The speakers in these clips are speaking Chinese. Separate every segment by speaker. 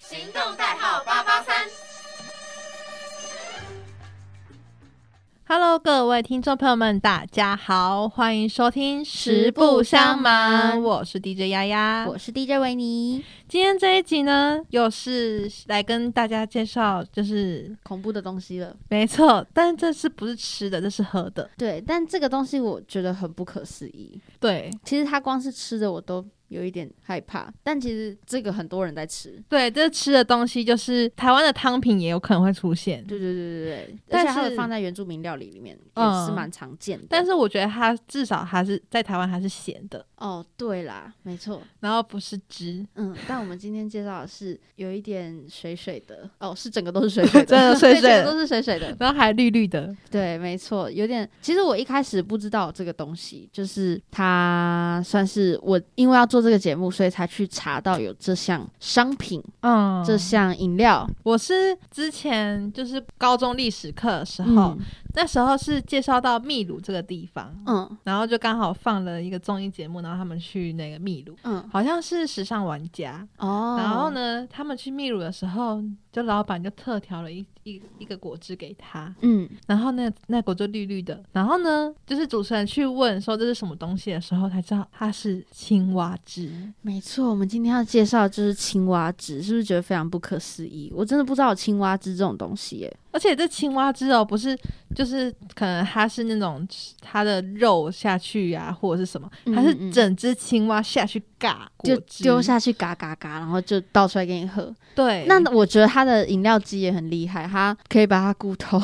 Speaker 1: 行动代号八八三。
Speaker 2: Hello，各位听众朋友们，大家好，欢迎收听《
Speaker 3: 实不相瞒
Speaker 2: 我是 DJ 丫丫。
Speaker 3: 我是 DJ 维尼。
Speaker 2: 今天这一集呢，又是来跟大家介绍，就是
Speaker 3: 恐怖的东西了，
Speaker 2: 没错，但这是不是吃的，这是喝的。
Speaker 3: 对，但这个东西我觉得很不可思议。
Speaker 2: 对，
Speaker 3: 其实它光是吃的我都有一点害怕，但其实这个很多人在吃。
Speaker 2: 对，这吃的东西就是台湾的汤品也有可能会出现，
Speaker 3: 对对对对对，
Speaker 2: 但
Speaker 3: 而且它
Speaker 2: 是
Speaker 3: 会放在原住民料理里面，
Speaker 2: 嗯
Speaker 3: 也是蛮常见的。
Speaker 2: 但是我觉得它至少还是在台湾还是咸的，
Speaker 3: 哦，对啦，没 错，
Speaker 2: 然后不是汁。
Speaker 3: 嗯，但我们今天介绍的是有一点水水的，哦，是整个都是水 水的，
Speaker 2: 真的水水的
Speaker 3: 对整个都是水水的，
Speaker 2: 然后还绿绿的，
Speaker 3: 对，没错，有点。其实我一开始不知道这个东西，就是它算是我因为要做这个节目，所以才去查到有这项商品、
Speaker 2: 嗯，
Speaker 3: 这项饮料。
Speaker 2: 我是之前就是高中历史课的
Speaker 3: 嗯
Speaker 2: 时候，那时候是介绍到秘鲁这个地方，
Speaker 3: 嗯
Speaker 2: 然后就刚好放了一个综艺节目，然后他们去那个秘鲁，
Speaker 3: 嗯
Speaker 2: 好像是时尚玩家。
Speaker 3: 哦，
Speaker 2: 然后？呢，他们去秘鲁的时候，就老板就特调了一一一个果汁给他，
Speaker 3: 嗯
Speaker 2: 然后那那果汁绿绿的。然后呢，就是主持人去问说这是什么东西的时候，才知道它是青蛙汁。
Speaker 3: 没错，我们今天要介绍的就是青蛙汁，是不是觉得非常不可思议？我真的不知道有青蛙汁这种东西耶。
Speaker 2: 而且这青蛙汁哦，不是就是可能它是那种它的肉下去呀、或者是什么，
Speaker 3: 嗯
Speaker 2: 它是
Speaker 3: 嗯
Speaker 2: 整只青蛙下去尬果
Speaker 3: 就
Speaker 2: 汁
Speaker 3: 丢下去嘎嘎嘎，然后就倒出来给你喝。
Speaker 2: 对，
Speaker 3: 那我觉得它的饮料机也很厉害，它可以把它骨 头，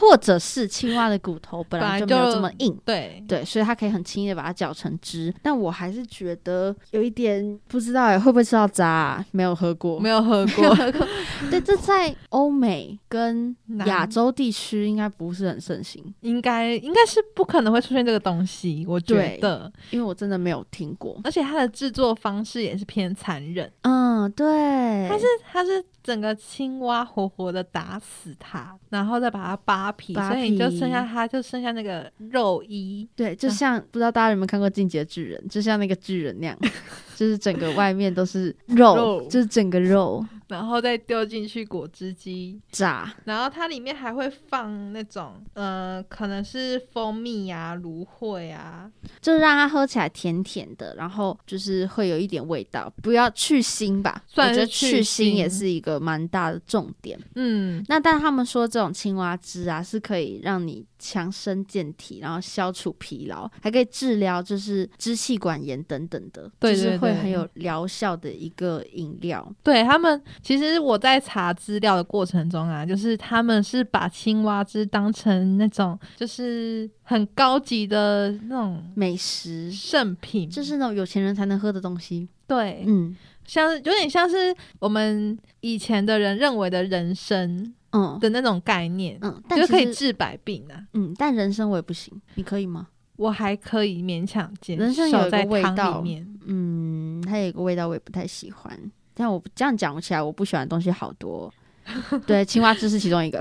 Speaker 3: 或者是青蛙的骨头本来就嗯没有这么硬，
Speaker 2: 对
Speaker 3: 对，所以它可以很轻易的把它搅成汁。但我还是觉得有一点不知道哎，会不会吃到渣、啊？没有喝过，
Speaker 2: 没有喝
Speaker 3: 没有
Speaker 2: 过，
Speaker 3: 喝过。对，这在欧美跟
Speaker 2: 南
Speaker 3: 亚洲地区应该不是很盛行，
Speaker 2: 应该应该是不可能会出现这个东西，我觉
Speaker 3: 对
Speaker 2: 得。
Speaker 3: 因为我真的没有听过。
Speaker 2: 而且它的制作方式也是偏残忍，
Speaker 3: 嗯，对，
Speaker 2: 它是它是整个青蛙活活的打死它，然后再把它扒皮，
Speaker 3: 扒
Speaker 2: 所以你就
Speaker 3: 皮
Speaker 2: 剩下它，就剩下那个肉衣。
Speaker 3: 对，啊就像、不知道大家有没有看过《进击的巨人》，就像那个巨人那样， 就是整个外面都是肉，
Speaker 2: 肉
Speaker 3: 就是整个肉
Speaker 2: 然后再丢进去果汁机，
Speaker 3: 炸。
Speaker 2: 然后它里面还会放那种，呃，可能是蜂蜜啊、芦荟啊，
Speaker 3: 就是让它喝起来甜甜的，然后就是会有一点味道，不要去腥吧。
Speaker 2: 算
Speaker 3: 我觉得
Speaker 2: 是去
Speaker 3: 去腥也
Speaker 2: 腥
Speaker 3: 是一个蛮大的重点。
Speaker 2: 嗯，
Speaker 3: 那但他们说这种青蛙汁啊，是可以让你强身健体，然后消除疲劳，还可以治疗就是支气管炎等等的，
Speaker 2: 对
Speaker 3: 就
Speaker 2: 对
Speaker 3: 是会
Speaker 2: 对
Speaker 3: 很有疗效的一个饮料。
Speaker 2: 对他们，其实我在查资料的过程中啊，就是他们是把青蛙汁当成那种就是很高级的那种
Speaker 3: 美食
Speaker 2: 圣品，
Speaker 3: 就是那种有钱人才能喝的东西。
Speaker 2: 对，
Speaker 3: 嗯
Speaker 2: 像是有点像是我们以前的人认为的人参
Speaker 3: 嗯
Speaker 2: 的那种概念，
Speaker 3: 嗯，但
Speaker 2: 就可
Speaker 3: 其
Speaker 2: 以
Speaker 3: 实
Speaker 2: 治百病啊。
Speaker 3: 嗯，但人参我也不行，你可以吗？
Speaker 2: 我还可以勉强接
Speaker 3: 人参有一
Speaker 2: 受
Speaker 3: 个
Speaker 2: 在
Speaker 3: 味
Speaker 2: 汤
Speaker 3: 道
Speaker 2: 里面，
Speaker 3: 嗯，它有一个味道我也不太喜欢。但我这样讲起来，我不喜欢的东西好多 哦。对，青蛙汁是其中一个。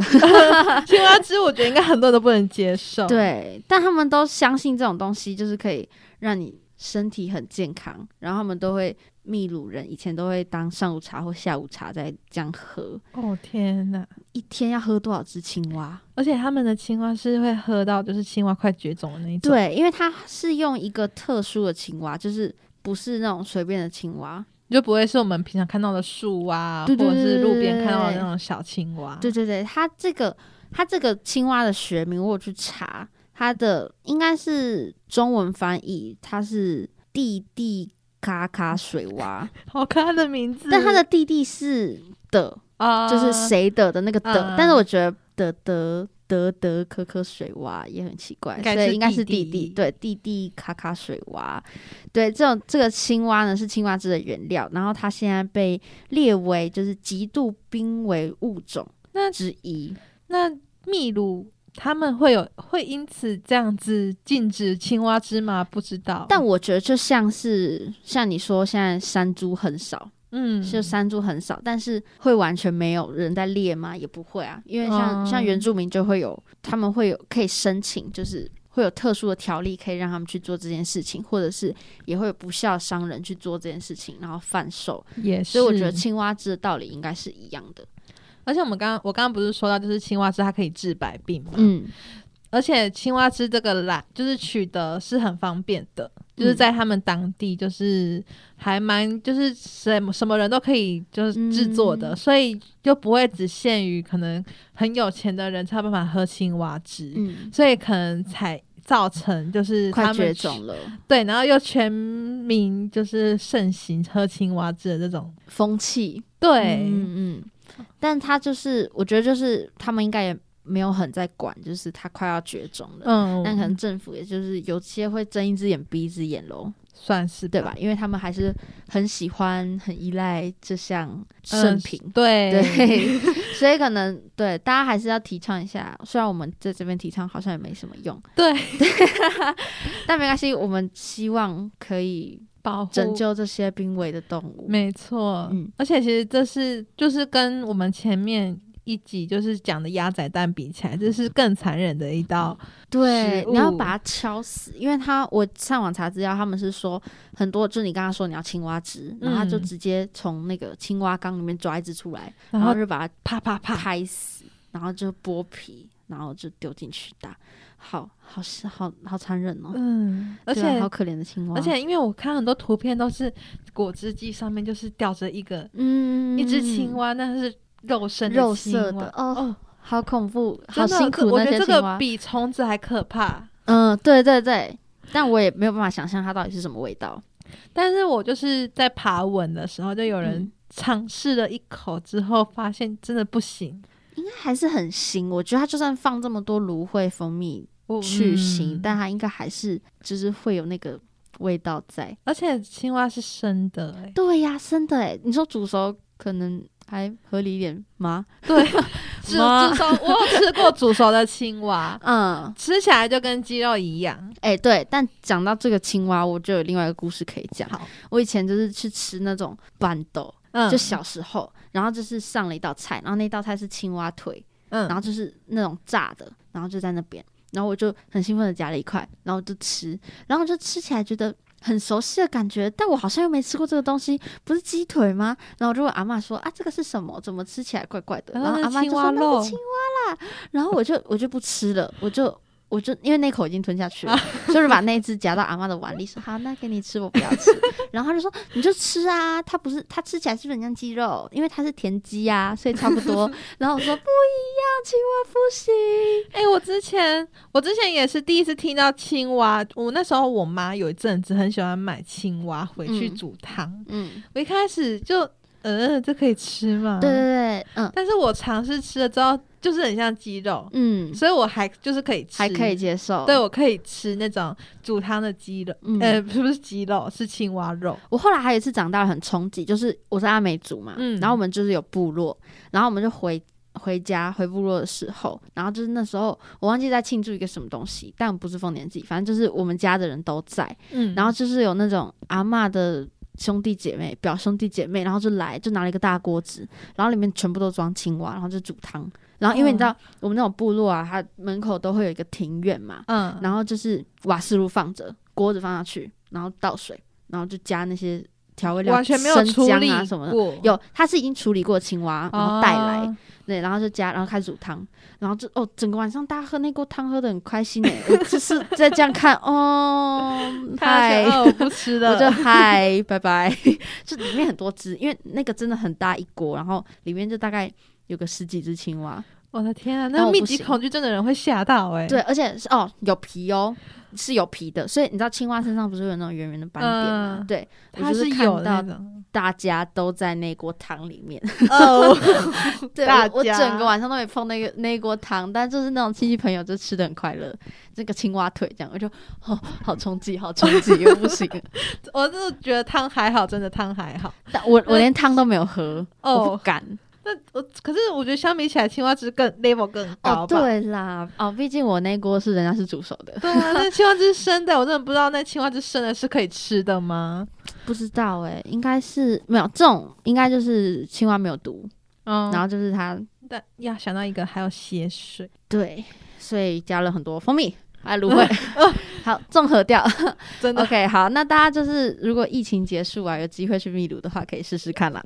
Speaker 2: 青蛙汁我觉得应该很多人都不能接受。，
Speaker 3: 对，但他们都相信这种东西就是可以让你身体很健康，然后他们都会秘鲁人以前都会当上午茶或下午茶在这样喝，
Speaker 2: 哦天哪！
Speaker 3: 一天要喝多少只青蛙？
Speaker 2: 而且他们的青蛙是会喝到就是青蛙快绝种的那一种。
Speaker 3: 对，因为它是用一个特殊的青蛙，就是不是那种随便的青蛙。
Speaker 2: 就不会是我们平常看到的树啊，
Speaker 3: 对对
Speaker 2: 或者是路边
Speaker 3: 对对对
Speaker 2: 看到的那种小青蛙。
Speaker 3: 对对对，它这个它这个青蛙的学名，我有去查，它的应该是中文翻译，它是弟弟卡卡水 蛙，
Speaker 2: 好看它的名字，
Speaker 3: 但它的弟弟是的，
Speaker 2: 啊、
Speaker 3: 就是谁的的那个的，
Speaker 2: 嗯
Speaker 3: 但是我觉得的的。德德可可水蛙也很奇怪
Speaker 2: 应，该
Speaker 3: 所
Speaker 2: 是
Speaker 3: 以应该
Speaker 2: 弟
Speaker 3: 是弟
Speaker 2: 弟
Speaker 3: 弟，对弟弟卡卡水蛙，对这种这个青蛙呢是青蛙汁的原料，然后它现在被列为就是极度濒危物种
Speaker 2: 那
Speaker 3: 之一。
Speaker 2: 那秘鲁他们会有会因此这样子禁止青蛙汁吗？不知道，
Speaker 3: 但我觉得就像是像你说，现在山猪很少，
Speaker 2: 嗯，
Speaker 3: 就山猪很少，但是会完全没有人在猎吗？也不会啊，因为像、
Speaker 2: 嗯
Speaker 3: 像原住民就会有，他们会有可以申请，就是会有特殊的条例可以让他们去做这件事情，或者是也会有不孝商人去做这件事情，然后贩售。
Speaker 2: 也是。
Speaker 3: 所以我觉得青蛙汁的道理应该是一样的。
Speaker 2: 而且我们刚刚我刚刚不是说到，就是青蛙汁它可以治百病嘛，
Speaker 3: 嗯，
Speaker 2: 而且青蛙汁这个来就是取得是很方便的，
Speaker 3: 嗯
Speaker 2: 就是在他们当地就是还蛮就是什么什么人都可以就是制作的，
Speaker 3: 嗯
Speaker 2: 所以就不会只限于可能很有钱的人才有办法喝青蛙汁，
Speaker 3: 嗯，
Speaker 2: 所以可能才造成就是嗯他
Speaker 3: 快
Speaker 2: 们
Speaker 3: 绝种了，
Speaker 2: 对，然后又全民就是盛行喝青蛙汁的这种，
Speaker 3: 风气。
Speaker 2: 对，
Speaker 3: 嗯嗯，但他就是，我觉得就是他们应该也没有很在管，就是他快要绝种了。
Speaker 2: 嗯，
Speaker 3: 但可能政府也就是有些会睁一只眼闭一只眼喽，
Speaker 2: 算是
Speaker 3: 对吧？？因为他们还是很喜欢、很依赖这项
Speaker 2: 嗯
Speaker 3: 圣品，
Speaker 2: 对，
Speaker 3: 对，所以可能对大家还是要提倡一下。虽然我们在这边提倡好像也没什么用，
Speaker 2: 对，
Speaker 3: 但没关系，我们希望可以
Speaker 2: 保护
Speaker 3: 拯救这些濒危的动物。
Speaker 2: 没错，
Speaker 3: 嗯
Speaker 2: 而且其实这是就是跟我们前面一集就是讲的鸭仔蛋比起来，这是更残忍的一道。
Speaker 3: 对
Speaker 2: 食，物
Speaker 3: 你要把它敲死，因为它我上网查资料，他们是说很多，就是你刚刚说你要青蛙汁，然后他就
Speaker 2: 嗯
Speaker 3: 直接从那个青蛙缸里面抓一只出来，
Speaker 2: 然
Speaker 3: 然后
Speaker 2: 后
Speaker 3: 就把它
Speaker 2: 啪啪啪，
Speaker 3: 拍死，然后就剥皮，然后就丢进去打。好好是好好残忍哦，
Speaker 2: 嗯，而
Speaker 3: 对
Speaker 2: 且
Speaker 3: 啊好可怜的青蛙，
Speaker 2: 而且因为我看很多图片都是果汁机上面就是吊着一个、
Speaker 3: 嗯，
Speaker 2: 一只青蛙，那是肉身的
Speaker 3: 肉
Speaker 2: 青
Speaker 3: 色
Speaker 2: 蛙
Speaker 3: 的哦，
Speaker 2: 哦，
Speaker 3: 好恐怖，好
Speaker 2: 真的
Speaker 3: 辛
Speaker 2: 这
Speaker 3: 苦
Speaker 2: 我
Speaker 3: 那
Speaker 2: 觉
Speaker 3: 些
Speaker 2: 得这
Speaker 3: 青
Speaker 2: 个
Speaker 3: 蛙。
Speaker 2: 比虫子还可怕。
Speaker 3: 嗯，对对对，但我也没有办法想象它到底是什么味道。
Speaker 2: 但是我就是在爬稳的时候，就有人
Speaker 3: 嗯
Speaker 2: 尝试了一口之后，发现真的不行。
Speaker 3: 应该还是很腥，我觉得它就算放这么多芦荟蜂蜜
Speaker 2: 我
Speaker 3: 去腥，
Speaker 2: 嗯
Speaker 3: 但它应该还是就是会有那个味道在。
Speaker 2: 而且青蛙是生的、 欸，
Speaker 3: 对呀，真的哎，你说煮熟可能还合理一点吗？
Speaker 2: 对，煮
Speaker 3: 妈，
Speaker 2: 煮熟，我有吃过煮熟的青蛙
Speaker 3: 嗯，
Speaker 2: 吃起来就跟鸡肉一样。
Speaker 3: 哎、对，但讲到这个青蛙，我就有另外一个故事可以讲。
Speaker 2: 好，
Speaker 3: 我以前就是去吃那种板豆，
Speaker 2: 嗯
Speaker 3: 就小时候，然后就是上了一道菜，然后那道菜是青蛙腿，
Speaker 2: 嗯，
Speaker 3: 然后就是那种炸的，然后就在那边，然后我就很兴奋的夹了一块，然后就吃，然后就吃起来觉得很熟悉的感觉，但我好像又没吃过这个东西，不是鸡腿吗？然后我就问阿嬷说啊，这个是什么？怎么吃起来怪怪的？
Speaker 2: 然
Speaker 3: 然
Speaker 2: 后
Speaker 3: 后
Speaker 2: 那
Speaker 3: 阿
Speaker 2: 是
Speaker 3: 嬷就
Speaker 2: 啊青
Speaker 3: 说
Speaker 2: 蛙
Speaker 3: 那
Speaker 2: 肉
Speaker 3: 是青蛙啦，然后我就我就不吃了，我就。我就因为那口已经吞下
Speaker 2: 啊
Speaker 3: 去了，就是把那一只夹到阿嬷的碗里，说好，那给你吃，我不要吃。然后他就说你就吃啊，它不是它吃起来是不是很像鸡肉？因为它是田鸡呀、所以差不 多。然后我说不一样，青蛙不行。
Speaker 2: 哎、我之前我之前也是第一次听到青蛙，我那时候我妈有一阵子很喜欢买青蛙回去
Speaker 3: 嗯
Speaker 2: 煮汤，
Speaker 3: 嗯，
Speaker 2: 我一开始就呃，这可以吃吗？
Speaker 3: 对对对，嗯
Speaker 2: 但是我尝试吃了之后，就是很像鸡肉，
Speaker 3: 嗯，
Speaker 2: 所以我还就是可以吃，
Speaker 3: 还可以。接受。
Speaker 2: 对，我可以吃那种煮汤的鸡肉，
Speaker 3: 嗯
Speaker 2: 呃，不是不是鸡肉，是青蛙肉。
Speaker 3: 我后来还有一次长大了很冲击，就是我在阿美族嘛，
Speaker 2: 嗯
Speaker 3: 然后我们就是有部落，然后我们就回回家回部落的时候，然后就是那时候我忘记在庆祝一个什么东西，但不是丰年祭，反正就是我们家的人都在，
Speaker 2: 嗯
Speaker 3: 然后就是有那种阿嬷的兄弟姐妹、表兄弟姐妹，然后就来就拿了一个大锅子，然后里面全部都装青蛙，然后就煮汤。然后因为你知
Speaker 2: 哦
Speaker 3: 道、我们那种部落啊，它门口都会有一个庭院嘛，
Speaker 2: 嗯，
Speaker 3: 然后就是瓦斯炉放着，锅子放下去，然后倒水，然后就加那些调味料，
Speaker 2: 完全没有
Speaker 3: 生
Speaker 2: 处理
Speaker 3: 姜啊什么的。
Speaker 2: 过，
Speaker 3: 有，他是已经处理过青蛙，然后带来，
Speaker 2: 哦
Speaker 3: 对，然后就加，然后开始煮汤，然后就哦，整个晚上大家喝那锅汤喝的很开心诶， 我就是在这样看，哦，
Speaker 2: 他
Speaker 3: 嗨
Speaker 2: 就，说哦，我不吃
Speaker 3: 我
Speaker 2: 了，
Speaker 3: 就嗨，拜拜。 就里面很多只，因为那个真的很大一锅，然后里面就大概有个十几只青蛙。
Speaker 2: 我的天啊，
Speaker 3: 但
Speaker 2: 那
Speaker 3: 我
Speaker 2: 密
Speaker 3: 不
Speaker 2: 集
Speaker 3: 行
Speaker 2: 恐惧症的人会吓到哎、
Speaker 3: 对，，而且是哦，有皮哦，是有皮的，所以你知道青蛙身上不是有那种圆圆的斑点吗？
Speaker 2: 嗯
Speaker 3: 对，我
Speaker 2: 他
Speaker 3: 就是是看
Speaker 2: 有那
Speaker 3: 到
Speaker 2: 种
Speaker 3: 大家都在那锅汤里面。
Speaker 2: 哦，
Speaker 3: 对，
Speaker 2: 大
Speaker 3: 我我
Speaker 2: 家
Speaker 3: 整个晚上都没碰那个那一锅汤，但就是那种亲戚朋友就吃的很快乐，这个青蛙腿这样，我就哦，好冲击，好冲击，又不 行了。
Speaker 2: 我真的觉得汤还好，真的汤还好
Speaker 3: 但我我连汤都没有喝， 我不
Speaker 2: 哦。
Speaker 3: 敢。
Speaker 2: 那我可是我觉得相比起来，青蛙汁更 level 更高吧？
Speaker 3: 哦，对啦，哦，毕竟我那锅是人家是煮熟的，
Speaker 2: 对 啊，那青蛙汁生的，我真的不知道那青蛙汁生的是可以吃的吗？
Speaker 3: 不知道哎、应该是没有这种，应该就是青蛙没有毒，
Speaker 2: 嗯，
Speaker 3: 然后就是它
Speaker 2: 但要想到一个还有血水，
Speaker 3: 对，所以加了很多蜂蜜，啊，芦 荟，好，综合掉。
Speaker 2: 真的，
Speaker 3: OK，好，那大家就是如果疫情结束啊，有机会去秘鲁的话，可以试试看啦。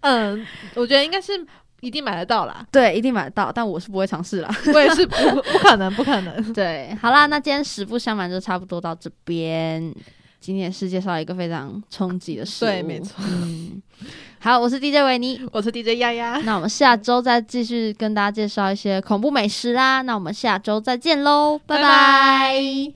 Speaker 2: 嗯，我觉得应该是一定买得到啦。
Speaker 3: 对，一定买得到，但我是不会尝试啦。
Speaker 2: 我也是不 不可能，不可能。
Speaker 3: 对，好啦，那今天实不相瞒，就差不多到这边。今天是介绍一个非常冲击的 事物，
Speaker 2: 对没错
Speaker 3: 嗯，好，我是 DJ 维 尼，
Speaker 2: 我是 DJ 丫丫，
Speaker 3: 那我们下周再继续跟大家介绍一些恐怖美食啦。那我们下周再见喽，拜拜